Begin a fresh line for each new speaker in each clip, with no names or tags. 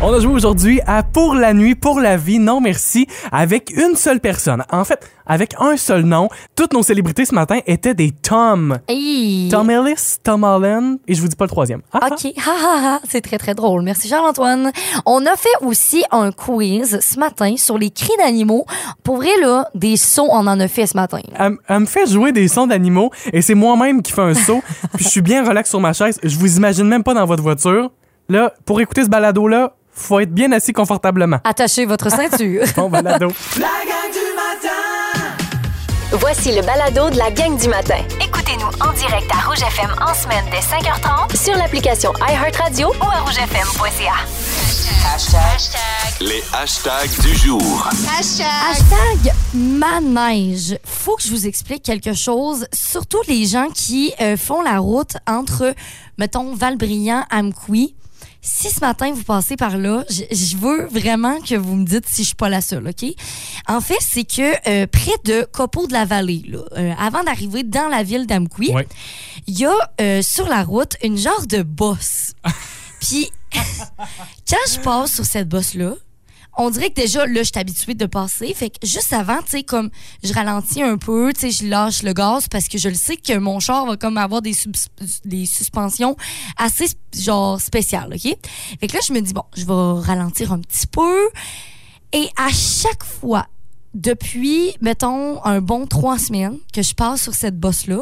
On a joué aujourd'hui à Pour la nuit, pour la vie, non merci, avec une seule personne. En fait, avec un seul nom. Toutes nos célébrités ce matin étaient des Tom.
Hey.
Tom Ellis, Tom Holland, et je vous dis pas le troisième. Ah, ah.
OK. Ha, ha, ha. C'est très, très drôle. Merci, Charles-Antoine. On a fait aussi un quiz ce matin sur les cris d'animaux. Pour vrai, là, des sons, on en a fait ce matin. là.
Elle, m- elle me fait jouer des sons d'animaux et c'est moi-même qui fais un saut. puis je suis bien relax sur ma chaise. Je vous imagine même pas dans votre voiture. Là, pour écouter ce balado-là, faut être bien assis confortablement.
Attachez votre ceinture.
Bon balado.
La gang du matin
Voici le balado de la gang du matin
Écoutez-nous en direct à Rouge FM en semaine dès 5h30
sur l'application iHeartRadio.
ou à rougefm.ca.
Les hashtags du jour.
Hashtag manège. Faut que je vous explique quelque chose. Surtout les gens qui euh, font la route entre, mettons, Valbriand, Amqui. Si ce matin vous passez par là, je- je veux vraiment que vous me dites si je suis pas la seule, OK? En fait, c'est que euh, près de Copeau-de-la-Vallée, là, euh, avant d'arriver dans la ville d'Amqui, il
Ouais.
y a euh, sur la route une genre de bosse. Puis quand je passe sur cette bosse-là, on dirait que déjà, là, je suis habituée de passer. Fait que juste avant, tu sais, comme je ralentis un peu, tu sais, je lâche le gaz parce que je le sais que mon char va comme avoir des, subs- des suspensions assez, sp- genre, spéciales, OK? Fait que là, je me dis, bon, je vais ralentir un petit peu. Et à chaque fois, depuis, mettons, un bon trois semaines que je passe sur cette bosse-là,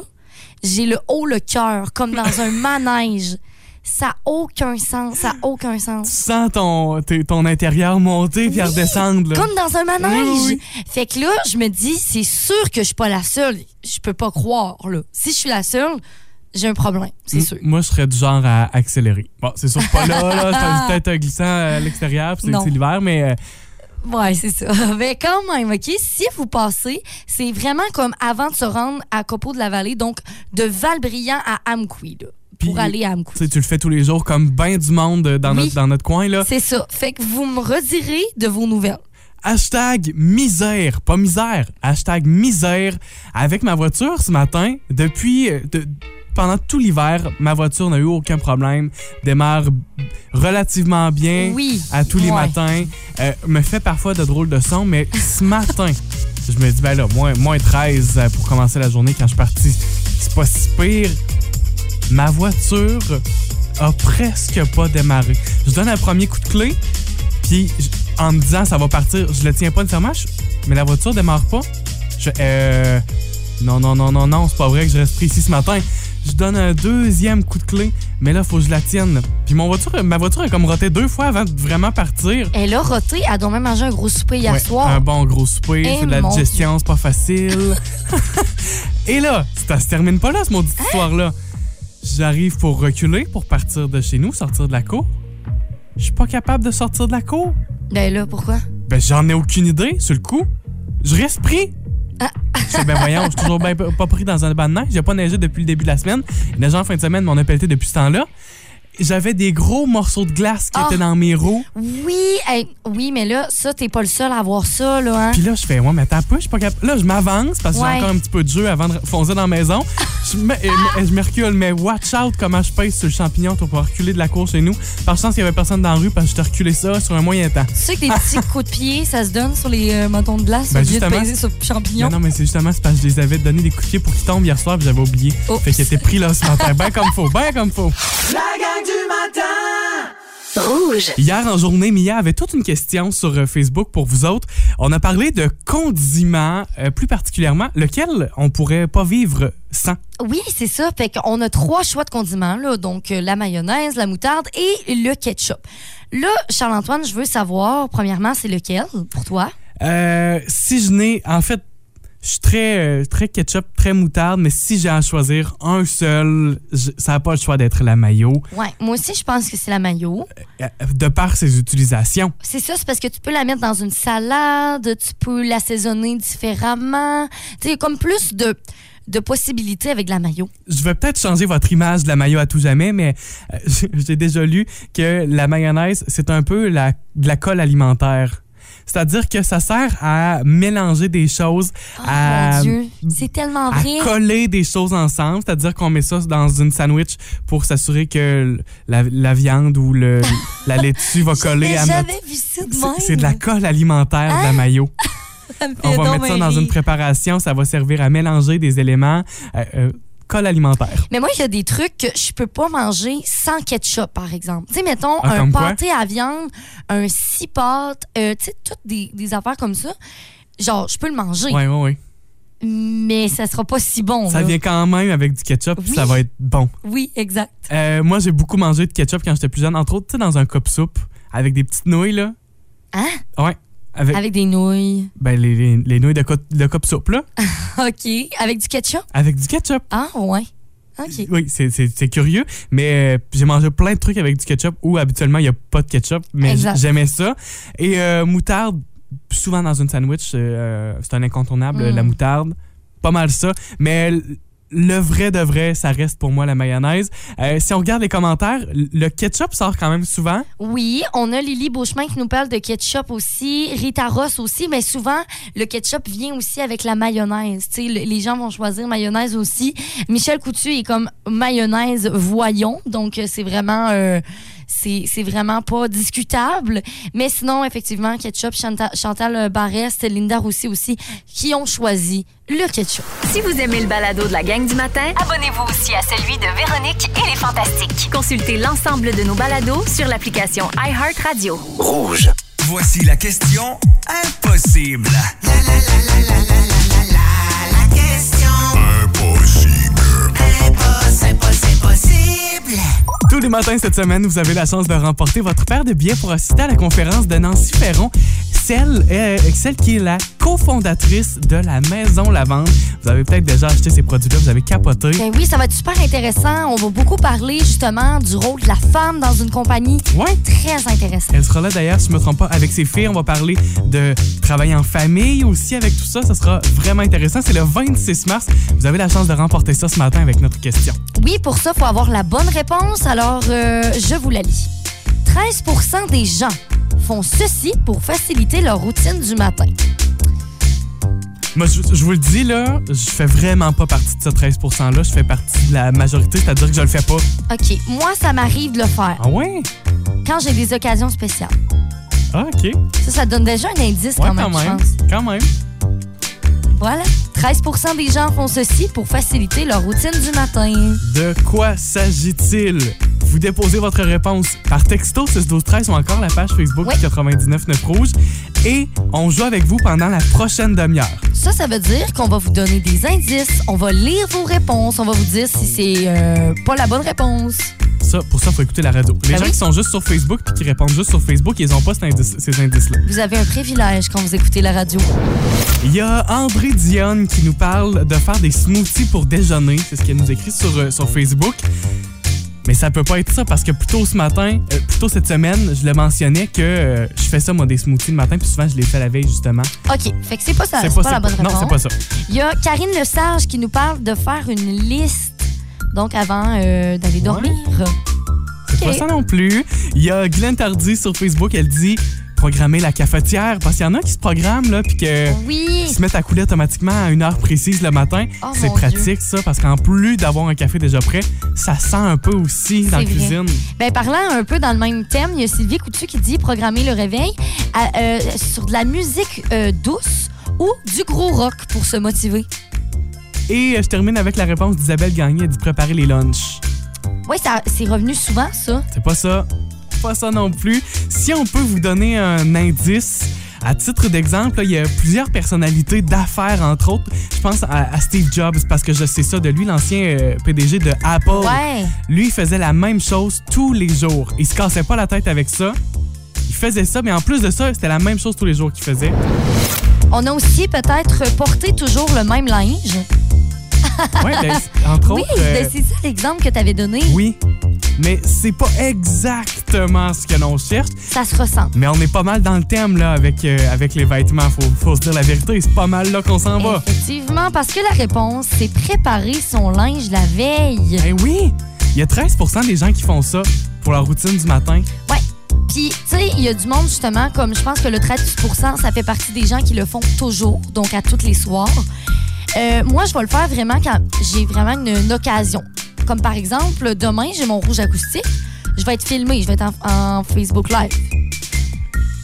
j'ai le haut le cœur, comme dans un manège. Ça a aucun sens, ça a aucun sens.
Sans ton, tes- ton intérieur monter puis redescendre. là.
Comme dans un manège.
Oui, oui,
Fait que là, je me dis, c'est sûr que je suis pas la seule. Je peux pas croire, là. Si je suis la seule, j'ai un problème, c'est
M-
sûr.
Moi, je serais du genre à accélérer. Bon, c'est sûr que pas là, là c'est peut-être un glissant à l'extérieur, puis c'est
Non.
c'est l'hiver, mais euh,
Ouais, c'est ça. Mais quand même, OK? Si vous passez, c'est vraiment comme avant de se rendre à Copeau de la Vallée, donc de Valbriand à Amqui, là, pour
Puis,
aller à
tu sais,
Amqui.
tu le fais tous les jours comme ben du monde euh, dans,
Oui.
notre, dans notre coin. Là.
C'est ça. Fait que vous me redirez de vos nouvelles.
Hashtag misère, pas misère, hashtag misère. Avec ma voiture ce matin, depuis euh, de- pendant tout l'hiver, ma voiture n'a eu aucun problème, démarre relativement bien.
Oui.
à tous les
Ouais.
matins. Euh, me fait parfois de drôles de sons, mais ce matin, je me dis, ben là, moins, moins 13 euh, pour commencer la journée quand je suis parti, c'est pas si pire. Ma voiture a presque pas démarré. Je donne un premier coup de clé, puis je- en me disant, ça va partir, je le tiens pas nécessairement, je- mais la voiture démarre pas. Je euh, non, non, non, non, non, c'est pas vrai que je reste pris ici ce matin. Je donne un deuxième coup de clé, mais là, faut que je la tienne. Puis mon voiture, ma voiture a comme roté deux fois avant de vraiment partir.
Elle a roté, elle a donc même mangé un gros souper hier
Ouais,
soir.
Un bon gros souper,
Eh,
c'est de la
mon
digestion, c'est pas facile. Et là, ça se termine pas là, ce
Hein?
maudit histoire-là. J'arrive pour reculer, pour partir de chez nous, sortir de la cour. Je suis pas capable de sortir de la cour.
Ben là, pourquoi?
Ben, j'en ai aucune idée, sur le coup. Je reste pris.
Ah.
Je fais, ben voyons, je suis toujours ben p- pas pris dans un bain de neige. J'ai pas neigé depuis le début de la semaine. Il neigeait en fin de semaine, mais on a pelleté depuis ce temps-là. J'avais des gros morceaux de glace qui
Ah.
étaient dans mes roues.
Oui, hey, oui, mais là, ça, t'es pas le seul à avoir ça, là, hein?
Puis là, je fais, ouais, mais attends un peu, je suis pas capable. Là, je m'avance parce que
Ouais.
j'ai encore un petit peu de jeu avant de foncer dans la maison. Je me, et me- et je me recule, mais watch out comment je pèse sur le champignon pour pouvoir reculer de la cour chez nous. Par chance, il y avait personne dans la rue parce que je te reculé ça sur un moyen temps.
Tu sais que des petits coups de pied, ça se donne sur les euh, mentons de glace,
Ben,
obligé de
justement.
peser sur le champignon.
Non, non, mais c'est justement c'est parce que je les avais donné des coups de pied pour qu'ils tombent hier soir, puis j'avais oublié.
Oups.
Fait qu'ils étaient pris là ce matin, ben comme faut, ben comme faut.
La gang du matin
Rouge.
Hier en journée, Mia avait toute une question sur euh, Facebook pour vous autres. On a parlé de condiments, euh, plus particulièrement, lequel on pourrait pas vivre sans.
Oui, c'est ça. Fait qu'on a trois choix de condiments, là. Donc, euh, la mayonnaise, la moutarde et le ketchup. Là, Charles-Antoine, je veux savoir, premièrement, c'est lequel pour toi?
Euh, si je n'ai, en fait, je suis très, euh, très ketchup, très moutarde, mais si j'ai à choisir un seul, je- ça n'a pas le choix d'être la mayo,
Ouais. Moi aussi, je pense que c'est la mayo.
euh, de par ses utilisations.
C'est ça, c'est parce que tu peux la mettre dans une salade, tu peux l'assaisonner différemment. Tu sais, il y a comme plus de, de possibilités avec de la mayo.
je vais peut-être changer votre image de la mayo à tout jamais, mais euh, j'ai déjà lu que la mayonnaise, c'est un peu la, de la colle alimentaire. C'est-à-dire que ça sert à mélanger des choses,
Oh
à
mon Dieu, c'est tellement
Ah, à
vrai.
coller des choses ensemble, c'est-à-dire qu'on met ça dans une sandwich pour s'assurer que la, la viande ou le, la laitue va coller
J'avais
à notre...
jamais vu ça de même.
C'est- C'est de la colle alimentaire de la mayo.
Ça me fait
On va
donc
mettre ça
bien
dans
rire.
une préparation, ça va servir à mélanger des éléments. euh, euh, colle alimentaire.
Mais moi, il y a des trucs que je peux pas manger sans ketchup, par exemple. Tu sais, mettons,
Ah,
un
comme quoi?
pâté à viande, un six pâtes, euh, tu sais, toutes des, des affaires comme ça. Genre, je peux le manger,
Oui, oui, oui.
mais ça sera pas si bon.
Ça
là.
vient quand même avec du ketchup, puis
Oui.
ça va être bon.
Oui, exact.
Euh, moi, j'ai beaucoup mangé de ketchup quand j'étais plus jeune, entre autres, tu sais, dans un cup soupe, avec des petites nouilles, là.
Hein?
Ouais. Avec,
Avec des nouilles.
ben, les, les- les nouilles de, co- de cup soupe, là.
OK. Avec du ketchup?
Avec du ketchup.
Ah, ouais. OK.
Oui, c'est- c'est c'est curieux, mais euh, j'ai mangé plein de trucs avec du ketchup où habituellement il n'y a pas de ketchup, mais
Exact.
j'aimais ça. Et euh, moutarde, souvent dans une sandwich, euh, c'est un incontournable,
Mm.
la moutarde. Pas mal ça. Mais l- le vrai de vrai, ça reste pour moi la mayonnaise. Euh, si on regarde les commentaires, l- le ketchup sort quand même souvent.
Oui, on a Lily Beauchemin qui nous parle de ketchup aussi, Rita Ross aussi, mais souvent, le ketchup vient aussi avec la mayonnaise. Tu sais, le- les gens vont choisir mayonnaise aussi. Michel Coutu est comme mayonnaise voyons, donc euh, c'est vraiment... euh, c'est c'est vraiment pas discutable. Mais sinon, effectivement, ketchup, Chanta- Chantal euh, Barrest, Linda Roussy aussi, qui ont choisi le ketchup.
Si vous aimez le balado de la gang du matin, abonnez-vous aussi à celui de Véronique et les Fantastiques. Consultez l'ensemble de nos balados sur l'application iHeartRadio.
Rouge.
Voici la question impossible.
Tous les matins cette semaine, vous avez la chance de remporter votre paire de billets pour assister à la conférence de Nancy Ferron, celle, euh, celle qui est la cofondatrice de la Maison Lavande. Vous avez peut-être déjà acheté ces produits-là, vous avez capoté.
Ben oui, ça va être super intéressant. On va beaucoup parler justement du rôle de la femme dans une compagnie.
Ouais.
Très intéressant.
Elle sera là d'ailleurs, si je ne me trompe pas, avec ses filles. On va parler de travail en famille aussi avec tout ça. Ça sera vraiment intéressant. C'est le 26 mars. Vous avez la chance de remporter ça ce matin avec notre question.
Oui, pour ça, il faut avoir la bonne réponse. Alors, euh, je vous la lis. 13 des gens font ceci pour faciliter leur routine du matin.
Moi, je, je vous le dis, là, je fais vraiment pas partie de ce 13 %-là. Je fais partie de la majorité, c'est-à-dire que je le fais pas.
OK, moi, ça m'arrive de le faire
Ah ouais?
quand j'ai des occasions spéciales.
Ah, OK.
Ça, ça donne déjà un indice
Ouais,
quand même, je pense.
Quand même.
Voilà. 13 des gens font ceci pour faciliter leur routine du matin.
De quoi s'agit-il? Vous déposez votre réponse par texto 61213 ou encore la page Facebook
Oui.
999 Rouge et on joue avec vous pendant la prochaine demi-heure.
Ça, ça veut dire qu'on va vous donner des indices, on va lire vos réponses, on va vous dire si c'est euh, pas la bonne réponse.
Ça, pour ça, faut écouter la radio. Les
Ben
gens
oui.
qui sont juste sur Facebook puis qui répondent juste sur Facebook, ils ont pas cet indice- ces indices-là.
Vous avez un privilège quand vous écoutez la radio.
Il y a André Dionne qui nous parle de faire des smoothies pour déjeuner. C'est ce qu'elle nous écrit sur, euh, sur Facebook. Mais ça peut pas être ça parce que plus tôt ce matin, euh, plus tôt cette semaine, je le mentionnais que euh, je fais ça, moi, des smoothies le matin, puis souvent je les fais la veille, justement.
OK, fait que c'est pas ça, Ah, c'est pas, la bonne réponse.
Non, c'est pas ça.
Il y a Karine Lesage qui nous parle de faire une liste, donc avant euh, d'aller dormir.
C'est pas
Ok.
ça non plus. Il y a Glenn Tardy sur Facebook, elle dit programmer la cafetière parce qu'il y en a qui se programment, là, puis que.
Oui,
Ils se mettent à couler automatiquement à une heure précise le matin.
Oh,
c'est
mon
pratique, ça, parce qu'en plus d'avoir un café déjà prêt, ça sent un peu aussi dans la
C'est vrai.
cuisine.
ben parlant un peu dans le même thème, il y a Sylvie Coutu qui dit programmer le réveil à, euh, sur de la musique euh, douce ou du gros rock pour se motiver.
Et euh, je termine avec la réponse d'Isabelle Gagné. Elle dit préparer les lunchs.
Oui, ça c'est revenu souvent ça.
C'est pas ça. Pas ça non plus. Si on peut vous donner un indice, à titre d'exemple, là, il y a plusieurs personnalités d'affaires, entre autres. Je pense à, à Steve Jobs, parce que je sais ça de lui, l'ancien euh, PDG de Apple.
Ouais.
Lui, il faisait la même chose tous les jours. Il se cassait pas la tête avec ça. Il faisait ça, mais en plus de ça, c'était la même chose tous les jours qu'il faisait.
On a aussi peut-être porté toujours le même linge.
Ouais, ben, entre
oui,
autres. euh,
ben, c'est ça l'exemple que tu avais donné.
oui, mais c'est pas exactement ce que l'on cherche.
Ça se ressent.
Mais on est pas mal dans le thème là avec, euh, avec les vêtements. Faut, faut se dire la vérité, c'est pas mal là qu'on s'en va.
Effectivement, parce que la réponse, c'est préparer son linge la veille.
Eh Ben oui, il y a 13 des gens qui font ça pour leur routine du matin.
Ouais. Puis, tu sais, sais, il y a du monde, justement, comme je pense que le 13%, ça fait partie des gens qui le font toujours, donc à tous les soirs. Euh, moi, je vais le faire vraiment quand j'ai vraiment une, une occasion. Comme par exemple, demain, j'ai mon rouge acoustique. Je vais être filmée, je vais être en, en Facebook Live.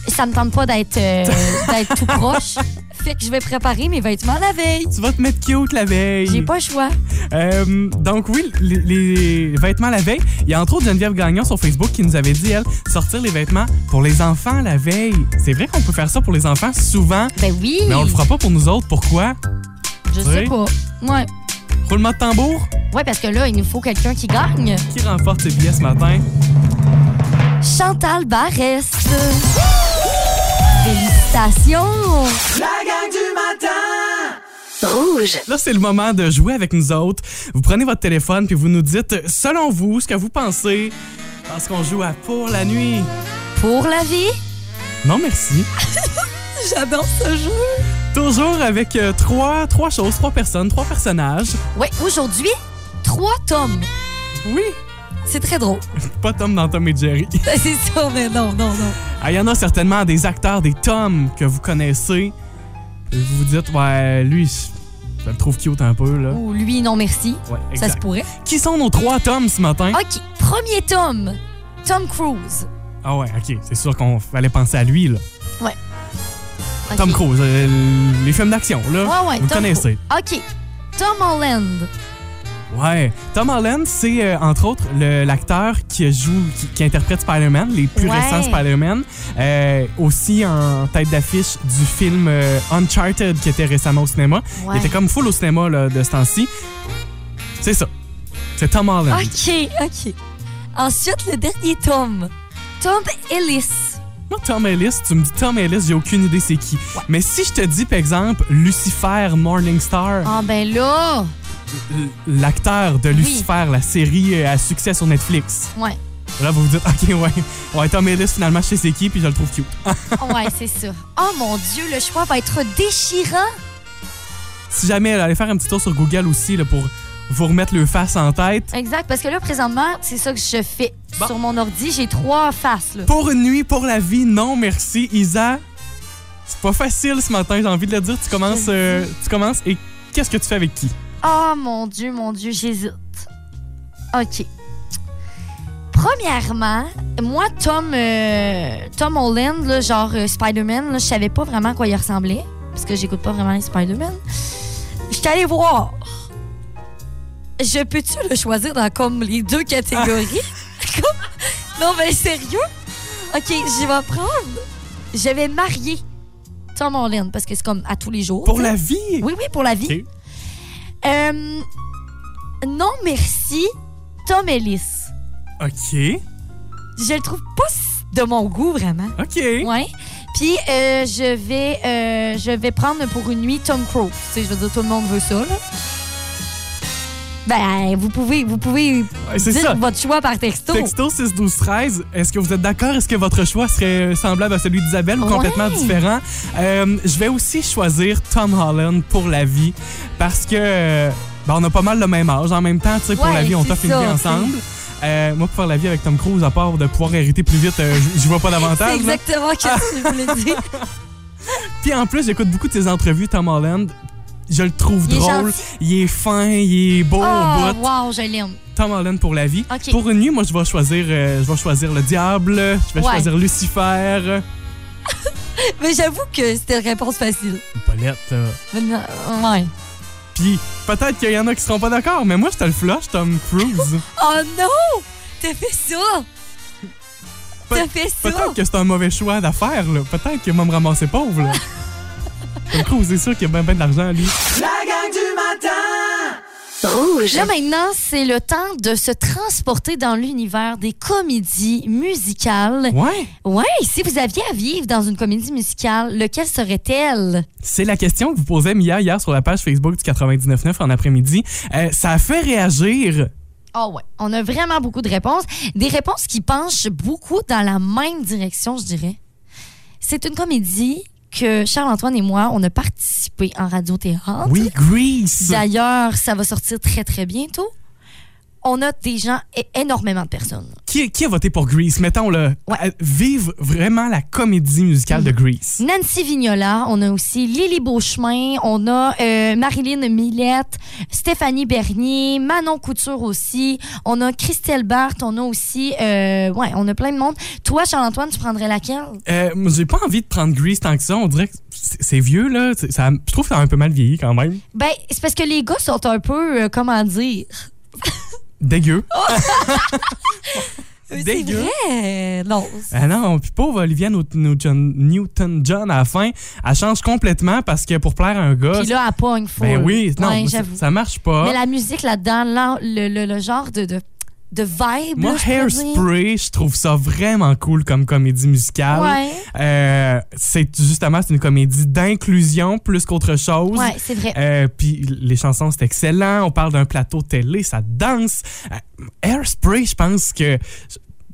Ça me tente pas d'être euh, d'être tout proche. Fait que je vais préparer mes vêtements la veille.
Tu vas te mettre cute la veille.
J'ai pas le choix.
Euh, donc oui, les, les vêtements la veille. Il y a entre autres Geneviève Gagnon sur Facebook qui nous avait dit, elle, sortir les vêtements pour les enfants la veille. C'est vrai qu'on peut faire ça pour les enfants souvent,
Ben oui.
mais on le fera pas pour nous autres. Pourquoi?
Je
Oui.
sais pas. Ouais.
Roulement de tambour?
ouais, parce que là, il nous faut quelqu'un qui gagne.
Qui remporte ses billets ce matin?
Chantal Barresse. Félicitations.
La gang du matin!
Rouge.
Là, c'est le moment de jouer avec nous autres. Vous prenez votre téléphone puis vous nous dites, selon vous, ce que vous pensez. Parce qu'on joue à Pour la nuit.
Pour la vie.
Non, merci.
J'adore ce jeu.
Toujours avec euh, trois, trois choses, trois personnes, trois personnages.
Ouais, aujourd'hui, trois tomes.
Oui,
C'est très drôle.
pas Tom dans Tom et Jerry.
Ben, C'est ça, mais non, non, non.
Ah, Il y en a certainement des acteurs, des tomes que vous connaissez. Vous vous dites, ouais, lui, je le trouve cute un peu, là.
Ou lui, non merci.
Ouais,
Ça se Ah.
exact.
pourrait.
Qui sont nos trois tomes ce matin?
OK, premier tome. Tom Cruise.
Ah ouais, ok, c'est sûr qu'on fallait penser à lui, là.
OK.
Tom Cruise, euh, les films d'action, là.
Ouais, ouais,
vous le
Tom
connaissez.
OK. Tom Holland.
Ouais. Tom Holland, c'est euh, entre autres le- l'acteur qui joue, qui, qui interprète Spider-Man, les plus
Ouais.
récents Spider-Man. Euh, aussi en tête d'affiche du film euh, Uncharted qui était récemment au cinéma.
Ouais.
Il était comme full au cinéma là, de ce temps-ci. C'est ça. C'est Tom Holland.
OK, OK. Ensuite, le dernier tome. Tom Ellis.
Moi, Tom Ellis, tu me dis Tom Ellis, j'ai aucune idée c'est qui. Mais si je te dis, par exemple, Lucifer Morningstar,
Ah, ben là.
l- l'acteur de Lucifer, la série euh, à succès sur Netflix,
Ouais.
là, vous vous dites, OK, ouais, ouais Tom Ellis, finalement, je sais c'est qui, puis je le trouve cute.
Ouais, c'est ça. Oh mon Dieu, le choix va être déchirant.
Si jamais, là, allez faire un petit tour sur Google aussi là, pour vous remettre le face en tête.
Exact, parce que là, présentement, c'est ça que je fais.
Bon.
Sur mon ordi, j'ai trois faces, là.
Pour une nuit, pour la vie, non, merci, Isa. C'est pas facile ce matin, j'ai envie de le dire. Tu commences, euh, tu commences et qu'est-ce que tu fais avec qui?
Oh mon Dieu, mon Dieu, j'hésite. OK. Premièrement, moi, Tom, euh, Tom Holland, là, genre euh, Spider-Man, là, je savais pas vraiment à quoi il ressemblait, parce que j'écoute pas vraiment les Spider-Man. Je suis allée voir. Je peux-tu le choisir dans comme les deux catégories? Comme- non, mais sérieux? OK, je vais prendre. Je vais marier Tom Holland, parce que c'est comme à tous les jours.
Pour
tu sais.
la vie!
Oui, oui, pour la vie.
Ok.
Euh, non, merci, Tom Ellis.
OK.
Je le trouve pas si- de mon goût, vraiment.
OK.
Ouais. Puis, euh, je, vais, euh, je vais prendre pour une nuit Tom Cruise. Tu sais, je veux dire, tout le monde veut ça, là. Ben, vous pouvez, vous pouvez
Ouais, c'est
dire
ça.
votre choix par texto.
Texto 6 12 13 est-ce que vous êtes d'accord? Est-ce que votre choix serait euh, semblable à celui d'Isabelle ou
Ouais.
complètement différent? Euh, je vais aussi choisir Tom Holland pour la vie parce que euh, ben, on a pas mal le même âge. En même temps, tu sais, pour
Ouais,
la vie, on
c'est
t'offre une
ça,
vie
c'est-
ensemble. Euh, moi, pour faire la vie avec Tom Cruise, à part de pouvoir hériter plus vite, euh, je- je vois pas
C'est
d'avantage. là.
exactement ce
Ah.
que je voulais dire.
Puis en plus, j'écoute beaucoup de ses entrevues, Tom Holland. Je le trouve
Il est
drôle,
gentil.
il est fin, il est beau au
Oh,
bout.
wow, je l'aime.
Tom Holland pour la vie.
Ok.
Pour une nuit, moi, je vais choisir, euh, je vais choisir le diable, je vais
Ouais.
choisir Lucifer.
Mais j'avoue que c'était une réponse facile.
Paulette. euh.
Mais non, Ouais.
Puis peut-être qu'il y en a qui seront pas d'accord, mais moi, je te le flush, Tom Cruise.
Oh non! T'as fait ça!
Pe-
T'as fait ça!
peut-être que c'est un mauvais choix d'affaires, là. Peut-être qu'il va me ramasser pauvre, là. Tom Cruise, c'est sûr qu'il a bien ben de l'argent, lui.
La gang du matin!
Rouge.
Là maintenant, c'est le temps de se transporter dans l'univers des comédies musicales.
Ouais.
Ouais, si vous aviez à vivre dans une comédie musicale, lequel serait-elle?
C'est la question que vous posez Mia hier sur la page Facebook du 99.9 en après-midi. Euh, ça a fait réagir.
Ah ouais, on a vraiment beaucoup de réponses. Des réponses qui penchent beaucoup dans la même direction, je dirais. C'est une comédie que Charles-Antoine et moi, on a participé en radio-théâtre.
Oui, Grease.
D'ailleurs, ça va sortir très, très bientôt. on a des gens, é- énormément de personnes.
Qui, qui a voté pour Grease? Mettons-le.
Ouais. Mm-hmm.
Euh, Vive vraiment la comédie musicale de Grease.
Nancy Vignola, on a aussi Lily Beauchemin, on a euh, Marilyn Millette, Stéphanie Bernier, Manon Couture aussi, on a Christelle Barthes, on a aussi, euh, ouais, on a plein de monde. Toi, Charles-Antoine, tu prendrais laquelle?
Euh, moi, J'ai pas envie de prendre Grease tant que ça. On dirait que c'est c'est vieux, là. C'est- Ça, je trouve que ça a un peu mal vieilli quand même.
Ben, c'est parce que les gars sont un peu, euh, comment dire?
Dégueu.
C'est
Dégueu.
vrai! Non.
Ah non, puis pauvre Olivia Newton- Newton-John, à la fin, elle change complètement parce que pour plaire à un gars.
Puis là, elle pogne full.
ben oui, non,
Ouais,
ça,
j'avoue.
ça marche pas.
Mais la musique là-dedans, l'en- le, le- le genre de, de, de vibe.
Moi,
là, je pourrais dire.
Hairspray, je trouve ça vraiment cool comme comédie musicale.
Ouais.
Euh, c'est justement c'est une comédie d'inclusion plus qu'autre chose.
Ouais, c'est vrai.
Euh, puis les chansons, c'est excellent. On parle d'un plateau télé, ça danse. Euh, Hairspray, je pense que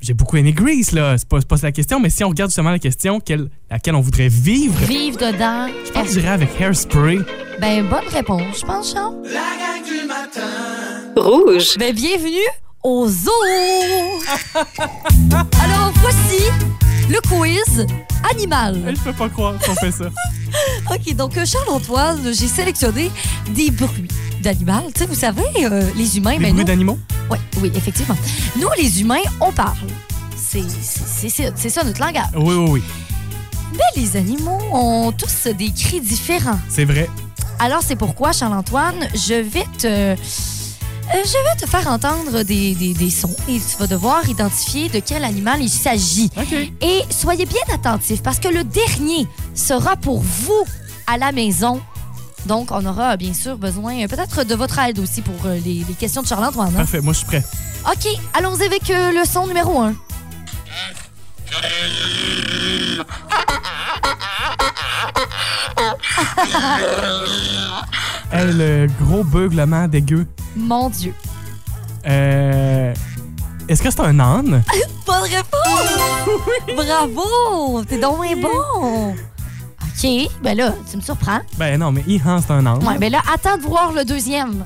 j'ai beaucoup aimé Grease, là. C'est pas, c'est pas ça la question, mais si on regarde justement la question quelle- laquelle on voudrait vivre,
Vive dedans. Eh,
je pense que j'irais avec Hairspray.
Ben, bonne réponse, je pense, Charles.
La gang du matin.
rouge,
Ben, bienvenue au zoo! Alors, voici le quiz animal.
Je peux pas croire qu'on fait ça.
OK, donc, euh, Charles-Antoine, j'ai sélectionné des bruits d'animal. Tu sais, vous savez, euh, les humains,
Des
ben,
bruits
nous,
d'animaux?
ouais, oui, effectivement. Nous, les humains, on parle. C'est- C'est c'est- c'est ça notre langage.
Oui, oui, oui.
Mais les animaux ont tous des cris différents.
C'est vrai.
Alors, c'est pourquoi, Charles-Antoine, je vais te. euh, je vais te faire entendre des, des- des sons et tu vas devoir identifier de quel animal il s'agit.
OK.
Et soyez bien attentifs parce que le dernier sera pour vous à la maison. Donc, on aura euh, bien sûr besoin euh, peut-être de votre aide aussi pour euh, les, les questions de Charles-Antoine. hein?
Parfait, moi, je suis prêt.
OK, allons-y avec euh, le son numéro 1.
Hey, le gros beuglement dégueu.
Mon Dieu.
Euh, Est-ce que c'est un âne?
Bonne réponse! Bravo! T'es donc bien bon! OK, ben là, tu me surprends.
Ben non, mais Ihan, c'est un âne.
Ouais, ben là, attends de voir le deuxième.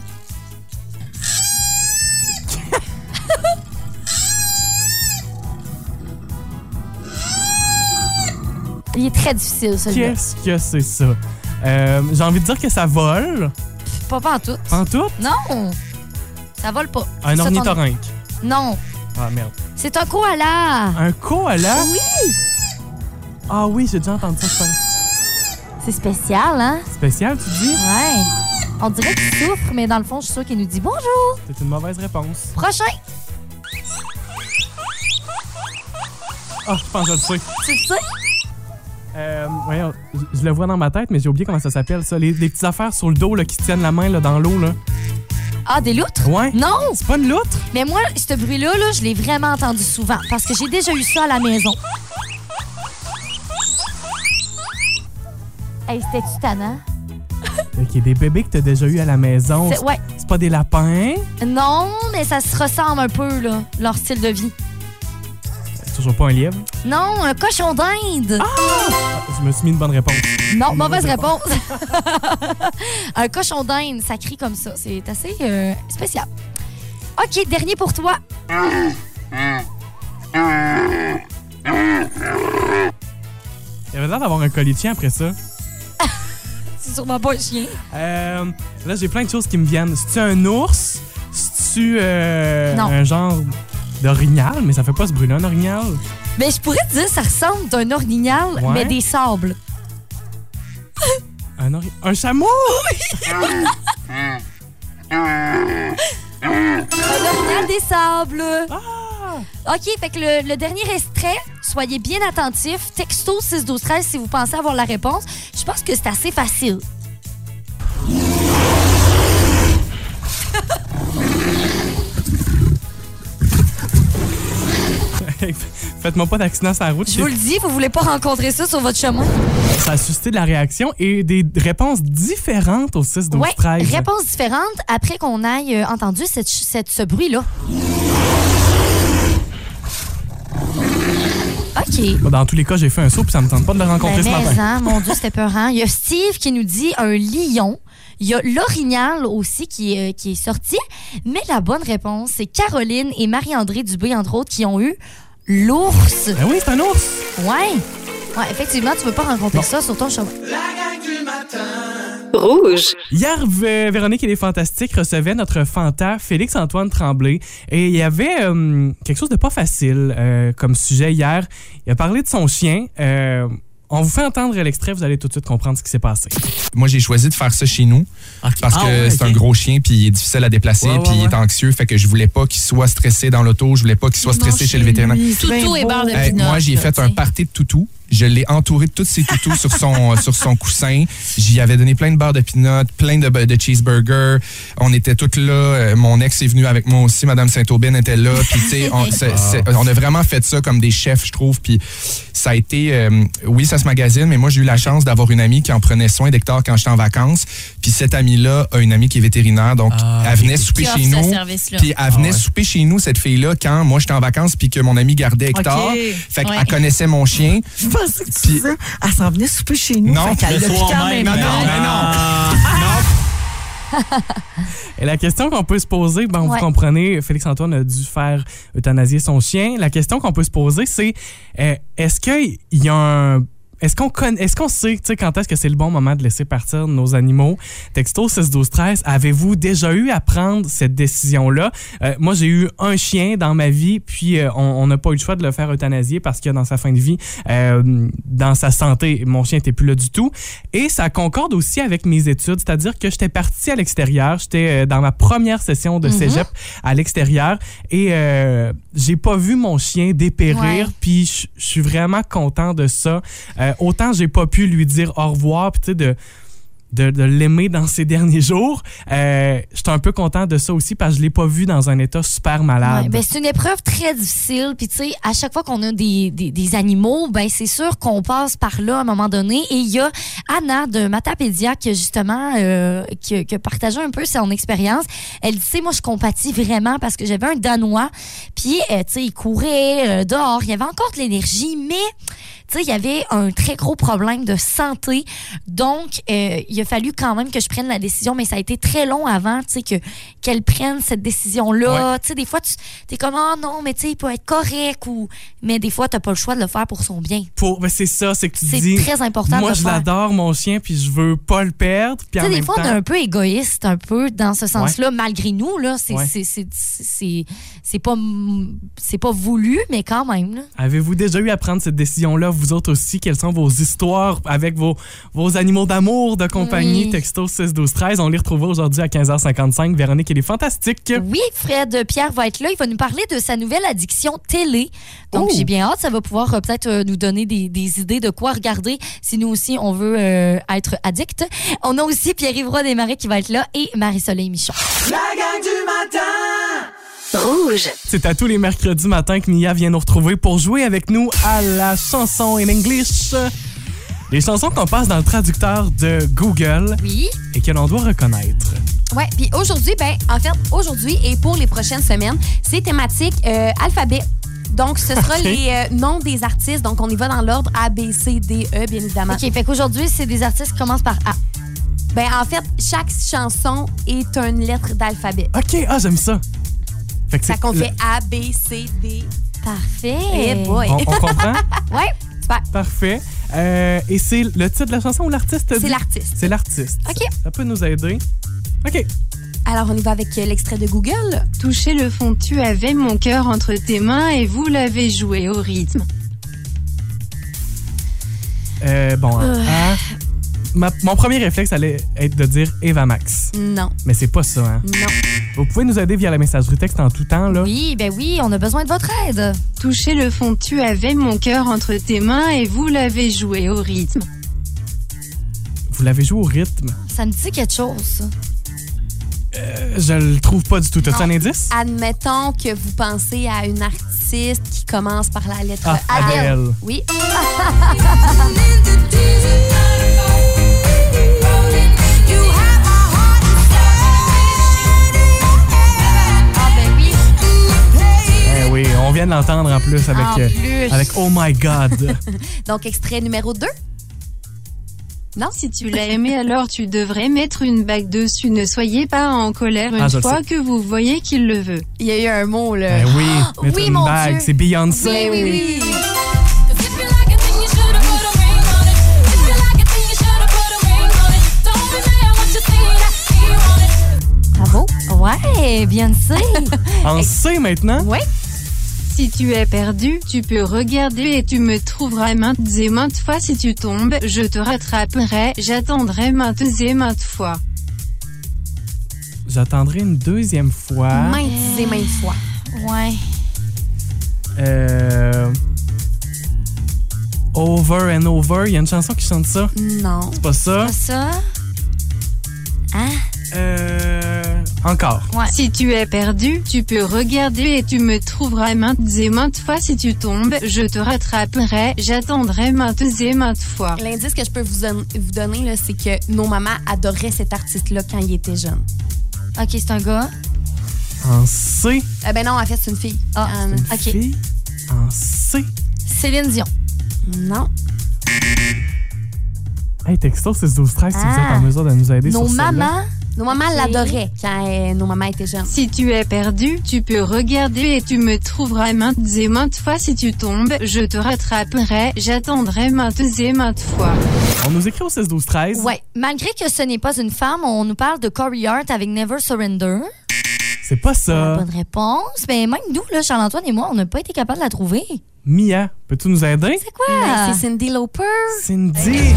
Il est très difficile, celui-là.
Qu'est-ce que c'est ça? Euh, J'ai envie de dire que ça vole.
Pas Pas en tout.
En tout,
Non! Ça vole pas.
Ah. un
Ça, t'en-
ornithorynque.
Non,
Ah merde.
c'est un koala.
Un koala? Oui! Ah oui, j'ai déjà entendu ça. c'est pas-
C'est spécial, hein?
Spécial, tu dis?
Ouais. On dirait qu'il souffre, mais dans le fond, je suis sûre qu'il nous dit bonjour.
C'est une mauvaise réponse.
Prochain.
Ah, je pense que je le sais.
Tu le sais?
Euh, voyons, je, je le vois dans ma tête, mais j'ai oublié comment ça s'appelle, ça. Les, les petites affaires sur le dos là, qui tiennent la main là, dans l'eau. là.
Ah, des loutres?
Ouais.
Non!
C'est pas une loutre?
Mais moi, ce bruit-là, là, je l'ai vraiment entendu souvent parce que j'ai déjà eu ça à la maison. Hey, c'était-tu tannant?
Ok, des bébés que t'as déjà eu à la maison.
C'est- Ouais.
C'est pas des lapins?
Non, mais ça se ressemble un peu, là, leur style de vie.
C'est toujours pas un lièvre?
Non, un cochon d'Inde.
Ah, je me suis mis une bonne réponse.
non, mauvaise
mauvaise
réponse. un cochon d'Inde, ça crie comme ça. C'est assez euh, spécial. OK, dernier pour toi.
Il avait l'air d'avoir un collier de chien après ça.
C'est sûrement pas un chien.
Euh, là, j'ai plein de choses qui me viennent. C'est-tu un ours? C'est-tu euh,
Non.
un genre d'orignal? Mais ça fait pas ce bruit-là, un orignal.
Mais Ben, je pourrais te dire, ça ressemble d'un orignal,
Ouais.
mais des sables.
Un, ori- un chameau?
Un orignal des sables. OK, fait que le, le dernier extrait, soyez bien attentifs. Texto 61213 si vous pensez avoir la réponse. Je pense que c'est assez facile.
Faites-moi pas d'accident sur la route.
Je vous le dis, vous voulez pas rencontrer ça sur votre chemin?
Ça a suscité de la réaction et des réponses différentes au 6, 12,
Ouais,
13.
réponse différente après qu'on aille euh, entendu cette, ch- cette- ce bruit-là. OK.
Bah, Dans tous les cas, j'ai fait un saut puis ça me tente pas de le rencontrer
Ben,
ce
mais
matin.
hein, mon Dieu, c'était peurant. Il y a Steve qui nous dit un lion. Il Il y a l'orignal aussi qui, est- euh, qui est sorti. Mais la bonne réponse, c'est Caroline et Marie-André Dubé, entre autres, qui ont eu l'ours.
Ben oui, c'est un ours.
Ouais. Ouais, effectivement, tu veux pas rencontrer ça sur ton chemin.
La gang du matin.
rouge,
Hier, Vé- Véronique et les Fantastiques recevaient notre Fanta Félix-Antoine Tremblay et il y avait euh, quelque chose de pas facile euh, comme sujet hier. Il a parlé de son chien. Euh, on vous fait entendre l'extrait, vous allez tout de suite comprendre ce qui s'est passé.
Moi, j'ai choisi de faire ça chez nous parce que c'est un gros chien, puis il est difficile à déplacer,
Ah Ouais, ouais,
puis il
ouais.
est anxieux. Fait que je voulais pas qu'il soit stressé dans l'auto, je voulais pas qu'il soit stressé chez le vétérinaire.
Toutou et barre de
Hey,
pinot.
Euh, moi, j'ai
là,
fait
tu
un
sais.
party de toutou. Je l'ai entouré de tous ses toutous sur son euh, sur son coussin. J'y avais donné plein de barres de peanuts, plein de, de cheeseburgers. On était toutes là. Euh, Mon ex est venu avec moi aussi. Madame Saint-Aubin était là. Puis tu sais, on, c'est- c'est- on a vraiment fait ça comme des chefs, je trouve. Puis ça a été, euh, oui, ça se magazine, mais moi j'ai eu la chance d'avoir une amie qui en prenait soin d'Hector quand j'étais en vacances. Puis cette amie-là a une amie qui est vétérinaire, donc elle venait souper
Qui offre
chez
ce
nous.
service-là.
Puis elle venait souper chez nous cette fille-là quand moi j'étais en vacances puis que mon ami gardait Hector.
Ok.
Fait qu'elle
Ouais.
connaissait mon chien.
Je pensais que tu
Puis-
disais, elle s'en venait souper chez nous.
Non.
fait qu'elle
Le
l'a piqué en même
non,
temps.
non,
Et la question qu'on peut se poser, bon,
Ouais.
vous comprenez, Félix-Antoine a dû faire euthanasier son chien. La question qu'on peut se poser, c'est euh, est-ce qu'il y a un. Est-ce qu'on conna- est-ce qu'on sait tu sais, quand est-ce que c'est le bon moment de laisser partir nos animaux? Texto 6 12 13 avez-vous déjà eu à prendre cette décision-là? Euh, moi, j'ai eu un chien dans ma vie, puis euh, on- on n'a pas eu le choix de le faire euthanasier parce que dans sa fin de vie, euh, dans sa santé, mon chien n'était plus là du tout. Et ça concorde aussi avec mes études, c'est-à-dire que j'étais parti à l'extérieur, j'étais euh, dans ma première session de cégep à l'extérieur et euh, j'ai pas vu mon chien dépérir,
Ouais.
puis je- je suis vraiment content de ça. Euh, autant j'ai pas pu lui dire au revoir, puis tu sais, de de, de l'aimer dans ces derniers jours. Euh, J'étais un peu content de ça aussi parce que je l'ai pas vu dans un état super malade.
Ouais, ben, c'est une épreuve très difficile. Puis, tu sais, à chaque fois qu'on a des, des, des animaux, ben, c'est sûr qu'on passe par là à un moment donné. Et il y a Anna de Matapédia qui, a justement, euh, qui, a- qui a partagé un peu son expérience. Elle dit, tu sais, moi, je compatis vraiment parce que j'avais un Danois. Puis, euh, tu sais, il courait euh, dehors. Il y avait encore de l'énergie, mais, tu sais, il y avait un très gros problème de santé. Donc, euh, il a fallu quand même que je prenne la décision, mais ça a été très long avant, tu sais, que qu'elle prenne cette décision-là. Tu sais, des fois, tu es comme, oh non, mais tu sais, il peut être correct ou. Mais des fois, tu pas le choix de le faire pour son bien.
Pour- ben, c'est ça, c'est que tu
C'est
dis.
très important
Moi,
de le
je
faire.
l'adore, mon chien, puis je veux pas le perdre. Puis
Tu
en
sais, des
même
fois, on est
temps,
un peu égoïste, un peu dans ce sens-là, malgré nous. là C'est
Ouais.
c'est- c'est- c'est- c'est pas, mm, c'est pas voulu, mais quand même. là.
Avez-vous déjà eu à prendre cette décision-là, vous autres aussi? Quelles sont vos histoires avec vos, vos animaux d'amour, de compagnie?
Oui.
Texto 6 12 13 On les retrouvera aujourd'hui à 15h55. Véronique, elle est fantastique.
Oui, Fred Pierre va être là. Il va nous parler de sa nouvelle addiction télé. Donc, j'ai bien hâte. Ça va pouvoir euh, peut-être euh, nous donner des, des idées de quoi regarder si nous aussi, on veut euh, être addict. On a aussi Pierre-Yves Roy Desmarais qui va être là et Marie-Soleil Michon.
La gang du matin.
rouge,
C'est à tous les mercredis matin que Mia vient nous retrouver pour jouer avec nous à la chanson in English. Les chansons qu'on passe dans le traducteur de Google
Oui.
et que l'on doit reconnaître.
Ouais. Puis aujourd'hui, ben, en fait, aujourd'hui et pour les prochaines semaines, c'est thématique euh, alphabet. Donc, ce sera
Ok.
les euh, noms des artistes. Donc, on y va dans l'ordre A, B, C, D, E, bien évidemment.
OK, fait qu'aujourd'hui, c'est des artistes qui commencent par A.
Ben, en fait, chaque chanson est une lettre d'alphabet.
OK, ah, j'aime ça. Fait que
Ça
c'est-
qu'on fait A, B, C, D.
Parfait.
Eh boy.
On, on comprend?
Ouais, super.
Parfait. Euh, et c'est le titre de la chanson ou l'artiste? t'as
C'est
dit?
l'artiste.
C'est l'artiste.
OK.
Ça peut nous aider. OK.
Alors, on y va avec euh, l'extrait de Google.
Toucher le fond, tu avais mon cœur entre tes mains et vous l'avez joué au rythme.
Euh, bon, hein. Hein? Ma- mon premier réflexe allait être de dire Eva Max.
Non,
Mais c'est pas ça, hein?
non.
Vous pouvez nous aider via la messagerie texte en tout temps, là.
Oui, ben oui, on a besoin de votre aide.
Toucher le fond, tu avais mon cœur entre tes mains et vous l'avez joué au rythme.
Vous l'avez joué au rythme.
Ça me dit quelque chose. ça.
Euh, je le trouve pas du tout. T'as-tu
Non.
un indice?
Admettons que vous pensez à une artiste qui commence par la lettre
Ah,
A.
Adele.
Euh, Oui. Ah, ben oui.
Eh oui, on vient de l'entendre en plus avec,
En
euh,
plus.
avec Oh My God.
Donc, extrait numéro 2. Non.
Si tu l'as aimé, alors tu devrais mettre une bague dessus. Ne soyez pas en colère une
Ah, je le
fois
sais.
que vous voyez qu'il le veut.
Il y a eu un mot, là.
Ben oui,
Ah,
mettre
oui,
une
mon
bague,
Dieu.
c'est Beyoncé.
Oui, oui, oui.
Ah
Bravo. Ouais, Beyoncé.
On sait maintenant.
Ouais.
Si tu es perdu, tu peux regarder et tu me trouveras maintes et maintes fois. Si tu tombes, je te rattraperai. J'attendrai maintes et maintes fois.
J'attendrai une deuxième fois.
Maintes et maintes fois.
Ouais.
Euh, over and over. Il y a une chanson qui chante ça.
Non.
C'est pas ça.
Pas ça. Hein?
Euh, encore.
Ouais.
Si tu es perdu, tu peux regarder et tu me trouveras maintes et maintes fois. Si tu tombes, je te rattraperai. J'attendrai maintes et maintes fois.
L'indice que je peux vous, don- vous donner, là, c'est que nos mamans adoraient cet artiste-là quand il était jeune.
OK, c'est un gars.
En C.
Eh ben non, en fait, c'est une fille.
Ah,
Euh,
Une
OK.
fille. En C.
Céline Dion.
non.
Hey, texto, c'est 12 13 si vous êtes
Ah.
en mesure de nous aider sur
Nos
celle-là.
mamans.
Nos mamans
Ok.
l'adoraient quand euh, nos mamans étaient jeunes.
Si tu es perdu, tu peux regarder et tu me trouveras maintes et maintes fois. Si tu tombes, je te rattraperai. J'attendrai maintes et maintes fois.
Ben,
On nous écrit au 16 12 13.
Ouais. Malgré que ce n'est pas une femme, on nous parle de Corey Hart avec Never Surrender.
C'est pas ça.
Ah, Bonne réponse. Mais même nous, là, Charles-Antoine et moi, on n'a pas été capable de la trouver.
Mia, peux-tu nous aider?
C'est quoi?
Ah.
Ben, C'est Cindy Lauper.
Cindy.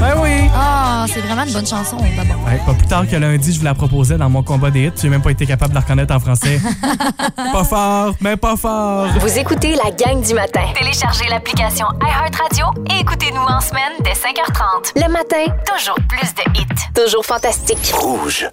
Ben oui.
Ah, c'est vraiment une bonne chanson, d'abord.
Ouais, pas plus tard que lundi, je vous la proposais dans mon combat des hits. J'ai même pas été capable de la reconnaître en français. pas fort, mais pas fort.
Vous écoutez la gang du matin. Téléchargez l'application iHeartRadio et écoutez-nous en semaine dès 5h30. Le matin, toujours plus de hits. Toujours fantastique.
Rouge.